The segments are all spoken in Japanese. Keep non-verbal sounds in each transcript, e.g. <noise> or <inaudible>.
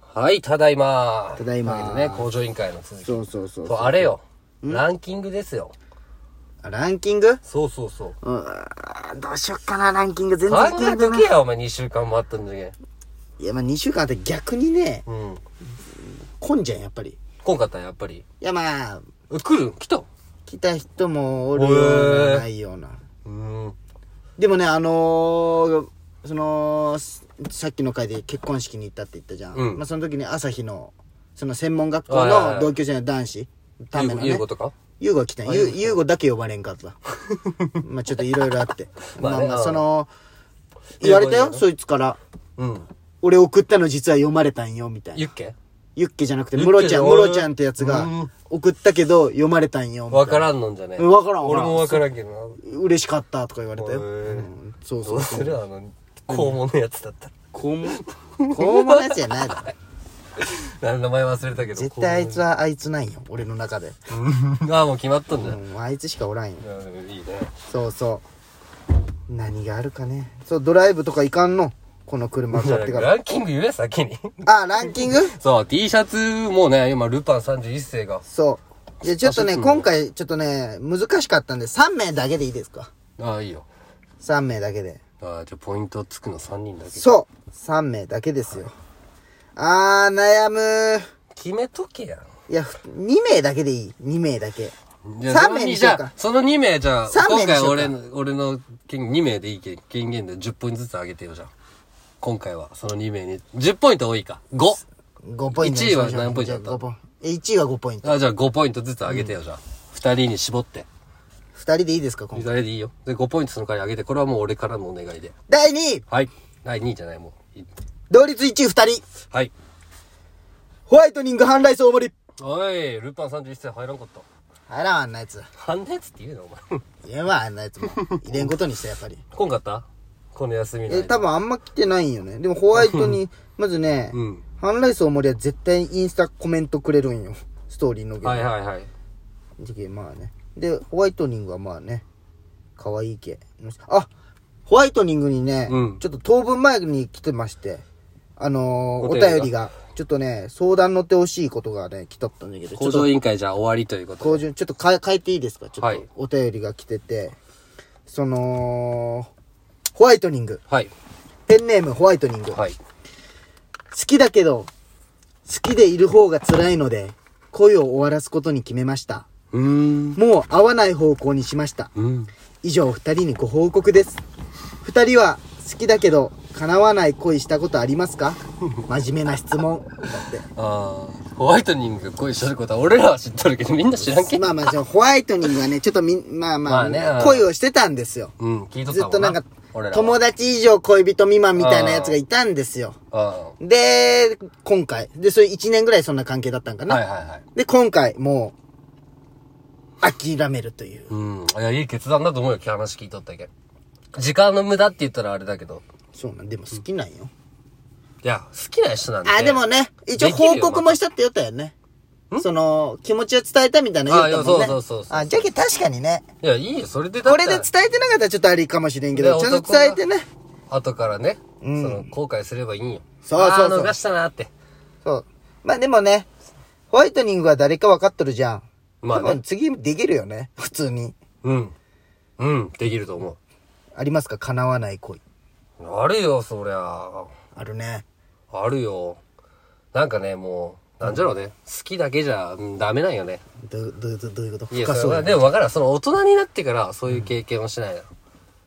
はい、ただいま。ただいまというわけでね、工場委員会の続き。そうそうそうと、あれよ。ランキングですよ。あランキングそうそうそう。うーんどうしよっかなランキング全考然決えめてとなけいや、お前2週間もあったんじゃけん。いやまあ2週間あって逆にねうん。混んじゃんやっぱり今かったやっぱり。いやまあえ来る来た来た人もおるようへーなないようなうん。でもねあのーそのすさっきの回で結婚式に行ったって言ったじゃん、うんまあ、その時に朝日のその専門学校はいはいはいの同級生の男子ためのねゆうごとかユーゴは来たんユーユーゴだけ呼ばれんかった <laughs> まあちょっといろいろあってまあまあねまうあんその言われたユーゴよにねそいつからうん。俺送ったの実は読まれたんよみたいユなッケユッケじゃなくてユッムケロちゃんだムロちゃんってやつうがん送ったけど読まれたんよみたいなわからんのんじゃねうんわからんわ俺からんもわからんけど嬉しかったとか言われたよ、へうーん、そうな。そどううそうするあの、肛門のやつだった肛門 <laughs> 肛門のやつじゃないだろら。名前忘れたけど。絶対あいつはあいつなんよ俺の中で、肛門。 <laughs> ああ、もう決まったんじうゃん。いん、あいつしかおらんよやでもいいね。そうそう何があるかねそうドライブとか行かんのこの車買ってからランキング言え、先に。 <laughs> あランキングそう、T シャツもね、今、ルパン31世が。そういやちょっとあねそう今回ちょっとね難しかったんで3名だけでいいですかああ、いいよ。 3名だけでああ、じゃあポイントつくの3人だけ。そう3名だけですよあー悩む決めとけや。いや2名だけでいい2名だけじゃあ3その名にしじよゃうかあ、その2名じゃあ、三名今にし回ようか俺の、俺の権2名でいいけん、権限で10ポイントずつ上げてよ、じゃあ。今回は、その2名に。10ポイント多いか。5! 5ポイント一位は何ポイントだった1位は5ポイントあ、じゃあ5ポイントずつ上げてよ、じゃあ。2人に絞って。 2人でいいですか今2回人でいいよ。で、5ポイントその代わり上げて、これはもう俺からのお願いで。第2位はい。第2位じゃない、もう。い同率1位2人はい。ホワイトニング半ライス大盛りおい、ルパン31世入らんかった。入らんわあんなやつあんなやつって言うな、お前。言えんわあんなやつ <laughs> も入れんことにしたやっぱりこんかったこの休みの間え多分あんま来てないんよねでもホワイ <laughs> トにまずね、うんハンライス大盛りは絶対インスタコメントくれるんよストーリーのゲはいはいはい。でまあねでホワイトニングはまあね可愛い系あホワイトニングにね、うんちょっと当分前に来てましてあのー、おお便りが便りがちょっとね相談乗ってほしいことがね来とったんだけどちょ工っと場委員会じゃあ終わりということ工で。場ちょっと変え変えていいですかちょはっいとお便りが来てて、そのホワイトニングはい。ペンネームホワイトニング、はい。好きだけど好きでいる方が辛いので恋を終わらすことに決めましたうーん。もう会わない方向にしましたうん。以上二人にご報告です二人は好きだけど叶わない恋したことありますか真面目な質 <laughs> 問だってああ、ホワイトニングが恋してることは俺らは知っとるけどみんな知らんけん。まあまあじゃあホワイトニングはねちょっとみんまあまあ、まあね恋をしてたんですようん、聞いとっずたっとなんか俺らは。友達以上恋人未満みたいなやつがいたんですよあで今回でそれ1年ぐらいそんな関係だったんかあな、はいはいはい。で今回もう諦めるといううん。いや、いい決断だと思うよ、話聞いとったけん。時間の無駄って言ったらあれだけど。そうなんでも好きなんよ、いや、好きな人なんで。あでもね一応できるよ報告もしたって言ったよねその気持ちを伝えたみたいな言ったもんねあいやそうそうそうそうあじゃけ確かにねいや、いいよ、それでだこったれらで伝えてなかったらちょっとありかもしれんけどでちゃんと男が伝えてね後からね、うんその、後悔すればいいんよ。そうそうそうああ、逃したなって。そうまあでもねホワイトニングは誰か分かっとるじゃんまあね多分次できるよね普通にうん。うん、できると思う。ありますか叶わない恋あるよ、そりゃ。あるねあるよ。なんかね、もう、なんじゃろうね。好きだけじゃ、うんダメなんよね。どどどどういうこといや、深そそうれだは、ねでも分からん。その大人になってから、そういう経験をしないの。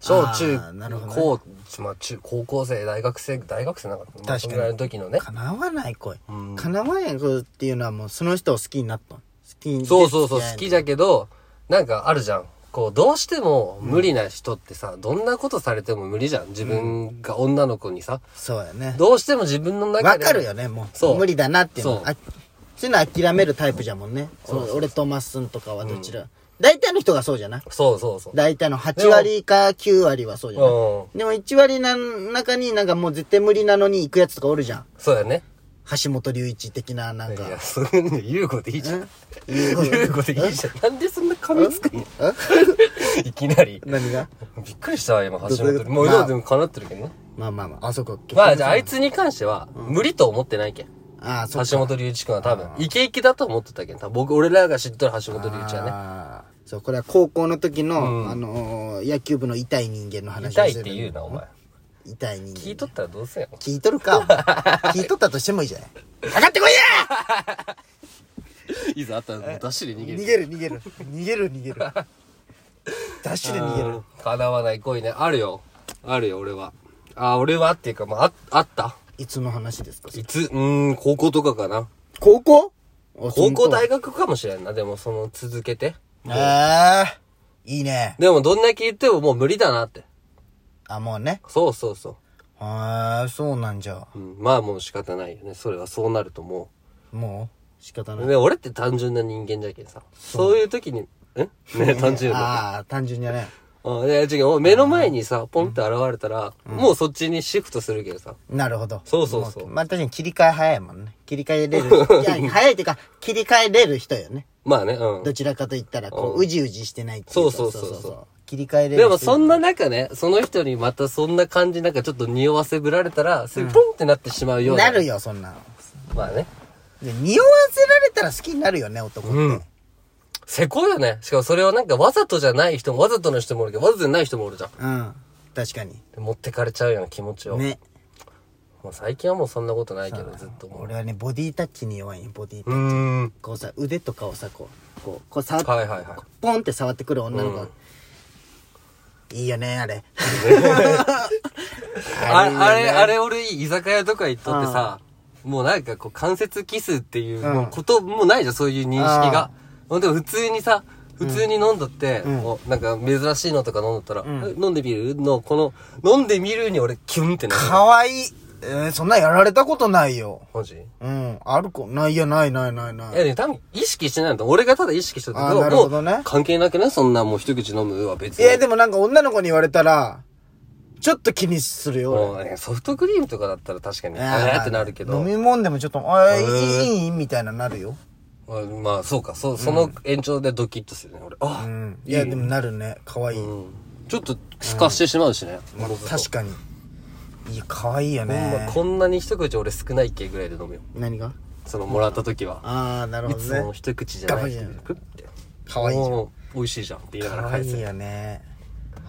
小あ、ー中、なるほどね高、まあ、中、高校生、大学生、大学生なんか、まあかにそのぐらいの時のね。叶わない恋、うん叶わない恋っていうのはもうその人を好きになったの好きにそうそうそう、で好き付き合えじゃけど、なんかあるじゃん。こう、どうしても無理な人ってさ、どんなことされても無理じゃん。自分が女の子にさ。そうやねどうしても自分の中で。わかるよ。ねもうそう無理だなっていうのそうあそういうの諦めるタイプじゃもんねお俺とマッスンとかはどちら、大体の人がそうじゃないそうそうそう。大体の8割か9割はそうじゃないうん。でも1割な中になんかもう絶対無理なのに行くやつとかおるじゃんそうだね。橋本龍一的ななんいや、かそういうの言うこといいじゃん。言うこと言う <laughs> こといいじゃん。なんでそんな噛みつくんやえ <laughs> いきなり。何がびっくりしたわ、今、橋どうい本。うこともう今でも叶ってるけどね。まあまあまああそこまあ、じゃあ、あいつに関しては、無理と思ってないけん。ああ、そ橋っか。本龍一君は多分、イケイケだと思ってたけど、多分僕、俺らが知ってる橋本龍一はね。あーそう、これは高校の時の、あのー野球部の痛い人間の話を痛いっするて言うな、お前。痛い人間。聞いとったらどうせやん。聞いと <laughs> るか、お前聞いとったとしてもいいじゃない。かかってこいやいざあったらもうダッシュで逃げ逃る。げる逃げる。逃げる逃げる。ダッシュで逃げる。うん叶わない恋ね。あるよ。あるよ、俺は。あ、俺はっていうか、まあ、あ、あった。いつの話ですかいつ、うーん、高校とかかな。高校高校大学学かもしれんな。でも、その、続けて。ああ、いいね。でも、どんだけ言ってももう無理だなって。あ、もうね。そうそうそああ、そうなんじゃ。う。うん、まあ、もう仕方ないよね。それはそうなると思もう仕方う。ない。ね、俺って単純な人間じゃけんさ。そういう時に、えね、単純な。ああ、単純じゃない。あいや違う、目の前にさ、ポンって現れたら、もうそっちにシフトするけどさ。なるほど。そうそうそうもまあ確かに切り替え早いもんね。切り替え <laughs> れる人。いや、早いっていうか、切り替えれる人よね。まあね、うん。どちらかと言ったら、こう、うじうじしてないっていかそうそうそうそう切り替えれるでもそんんな中ね、その人にまたそんな感じなんかちょっと匂わせぶられたら、すぐポンってなってしまうような。なるよ、そんなの。まあね。で、匂わせられたら好きになるよね、男って。んせこいよね。しかもそれはなんかわざとじゃない人も、わざとの人もおるけど、わざとじゃない人もおるじゃん。うん。確かに。で持ってかれちゃうような気持ちを。ね。もう最近はもうそんなことないけど、ずっとも俺はね、ボディタッチに弱いんよボディタッう。うチーん。こうさ、腕とかをさ、こう、こう、こう触って、はいはいはい。ポンって触ってくる女の子。いいよね、あれ。 <laughs> あれ、あれ、あれ俺居酒屋とか行っとってさ、もうなんかこう関節キスっていう、んもうこともうないじゃん、そういう認識が。ほんでも普通にさ、普通に飲んどって、もうなんか珍しいのとか飲んどったら、え飲んでみるの、この、飲んでみるに俺キュンってなる。かわいい。えーそんなんやられたことないよ。マジうん。ある子、ない、いや、ないないないないやい。でも多分意識してないんだ。俺がただ意識してたあけーど、なるほどねもう関係なくね、そんなもう一口飲むは別いに。や、でもなんか女の子に言われたら、ちょっと気にするよ。俺もうねソフトクリームとかだったら確かに、えあーーってなるけど飲。み物でもちょっと、あーういいいいみたいななるよ。まあまあ、そうか、そ、その延長でドキッとするね、俺。あ、うん。いや、でもなるね。かわいい。ちょっと透かしてしまうしね。まあ確かに。いや、かわいいよほんまね。こんなに一口俺少ないっけぐらいで飲むよ。何がそのもらった時は。ああ、なるいほつどもね。一口じゃない。ガバリプって。かわいいじゃん。おー美味しいじゃんって言いながからわ返いいす。よね。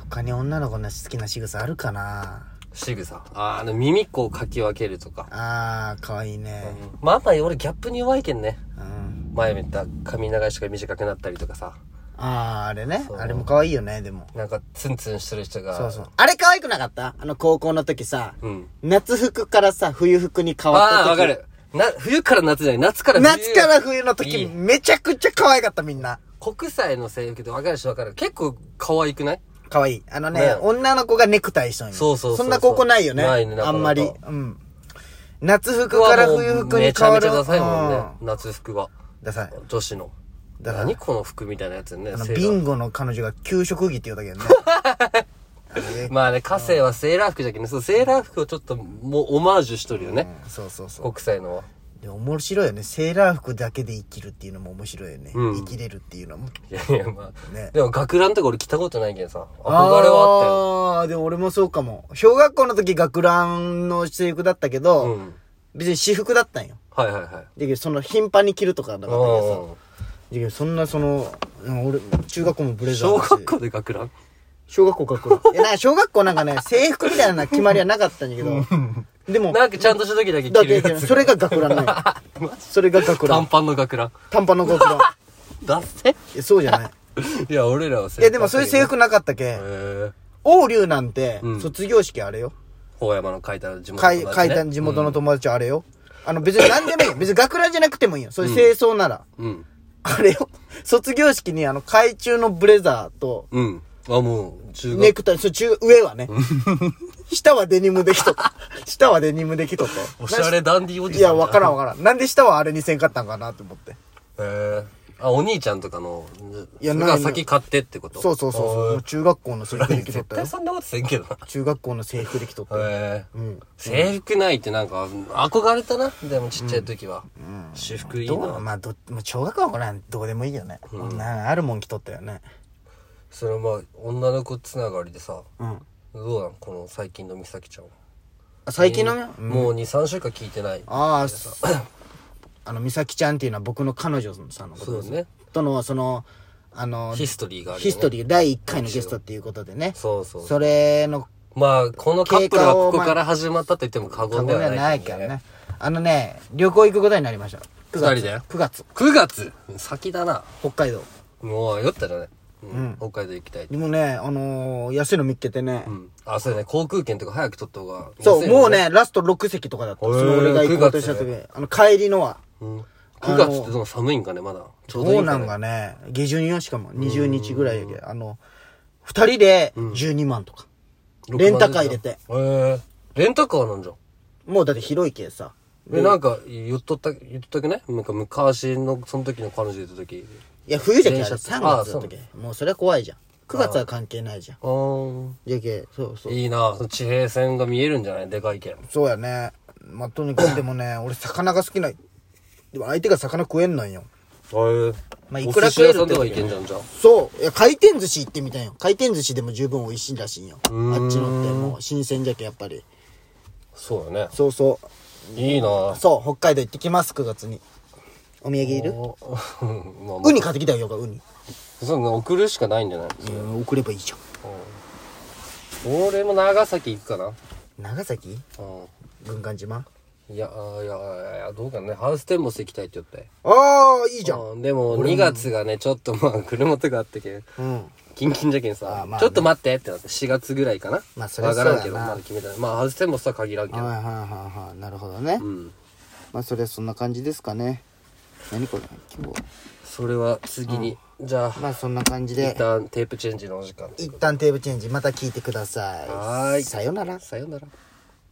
他に女の子の好きな仕草あるかな仕草。あー、あの耳っこをかき分けるとか。あー、かわいいね。まあまあ俺ギャップに弱いけんね。うん。前も言った髪長い人が短くなったりとかさ。あー、あれね。あれもかわいいよね、でも。なんかツンツンしてる人が。そうそう。あれ可愛くなかったあの高校の時さ、うん夏服からさ、冬服に変わったあ時。あ、わかる。な、冬から夏じゃない。夏から冬。夏から冬の時、いいめちゃくちゃ可愛かったみんな。国際の制服ってわかる人わかる。結構可愛くない可愛い。あのね、ね女の子がネクタイしとんよそうそうそうそうんな高校ないよね。ないねなかなあかんまり。うん。夏服から冬服にめちゃ変わめる。ちゃダサいもんね。う夏服は。ダサい。女子の。だから何この服みたいなやつねあ。の、セービラーンゴの彼女が給食着って言うだけどね。まあね、カセはセーラー服じゃけど、そう、セーラー服をちょっともうオマージュしとるよね。うんそうそうそう。国際のは。で、面白いよね。セーラー服だけで生きるっていうのも面白いよね。うん生きれるっていうのも。いやいや、まあ。ねでも学ランとか俺着たことないけどさ。憧れはあっああー、でも俺もそうかも。小学校の時学ランの制服だったけたど、よ。うん。別に私服だったんよ。はいはいはい。だけど、その頻繁に着るとかなかったけどさ。うんだけど、そんなその、うん俺、中学校もブレザー小だし。学校で学ラン小学校学ラン。いや、なんか小学校なんかね、制服みたいな決まりはなかったんだけど、でも、なんかちゃんとした時だけだ着っるてやだってつ。それが学ラ <laughs> ンないそれが学ラ短ンパンの学ラン。短パンの学ランだっていやそうじゃないいや、俺らは制いやでもそういう制へ服なかったけえ。王龍なんてうん卒業式あれよ法山の書いた地元の階友達ね段地元の友達あれよあの別に何 <laughs> でもいいよ別に学ランじゃなくてもいいよそういう清掃ならうん。あれよ卒業式にあの懐中のブレザーとうん。あ、もう、中学ネクタイそう中上はね <laughs> 下はデニムできとった下はデニムできとったよおしゃれダンディおじさんいじゃやわからんわからんなんで下はあれにせんかったんかなって思ってへえあお兄ちゃんとかのいやそれながい先買ってってことそうそうそうそうもう中学校の制服できと絶ったよ対そんなことせんけど中学校の制服できとったなよへえ制服ないってなんか憧れたなでもちっちゃい時は、私服いいどなうまあどもう小学校なんてどうでもいいよね、なんかあるもん着とったよねそれまあ女の子つながりでさうんどうなんこの最近の美咲ちゃんは最近のね、もう23週間聞いてないああそあの美咲ちゃんっていうのは僕の彼女さんのことそでうすね。とのそのあのヒストリーがあるよねヒストリー第1回のゲストっていうことでねそうそうそれのまあ、このカップルはここから始まったと言っても過過言言ででははない。ないからね。あのね旅行行くことになりました9二人で月9月9月先だな。北海道もう、酔ったらね。うんうん北海道行きたい。でもねあのー安いの見っけてね、うん。あ、そうだね。航空券とか早く取った方が。そう、もう安いね、ラスト6席とかだった。へそーの俺が行こうとした時、あの、帰りのは、もんね。うん。9月ってでも寒いんかね、まだ。ちょうどいい長んか男ね。がね、下旬よ、しかも、20日ぐらいやけあの、二人で12万とか。レンタカー入れて。へえ。レンタカーなんじゃん。もうだって広いけさ。え、なんか、言っとった、言っとったっけねなんか昔の、その時の彼女いた時。いや、冬じゃけ、あれ電車3月だあったそうけ。もうそれは怖いじゃん。9月は関係ないじゃん。あー。じゃけ、そうそう。いいなその地平線が見えるんじゃないでかいけん。そうやね。まあ、とにかくでも <coughs> ね、俺魚が好きな、でも相手が魚食えんのんよ。はい。まあおいくら寿司屋さ食えるんってとかこと行けんじゃん、じゃあ。そう。いや、回転寿司行ってみたいよ。回転寿司でも十分美味しいらしいんよ。あっーんちのってもう新鮮じゃけ、やっぱり。そうだね。そうそいいなう。そう、北海道行ってきます、9月に。お土産いるお <laughs> まあまウあ、ニ買ってきたよ、ヨガウニ。そんな送るしかないんじゃないうん、送ればいいじゃん。俺も長崎行くかな。長崎う軍艦島ん。いや、あいや、いや、どうかね。ハウステンボス行きたいって言って。ああ、いいじゃん。うんでも、2月がね、ちょっとまあ、 <laughs> 車とかあったけん。うん。キンキンじゃけんさ、あまあねちょっと待ってってなって、4月ぐらいかな。まあそりゃわそうかやらなんけど、まだ決めた。まあ、ハウステンボスとは限らんけはいど。はいはいはい。なるほどね。うん。まあ、それはそんな感じですかね。何これ今日。それは次に。じゃあ、まあ、そんな感じ一で。旦テープチェンジのお時間。一旦テーブルチェンジ、また聞いてください。はーいさよなら。さよなら。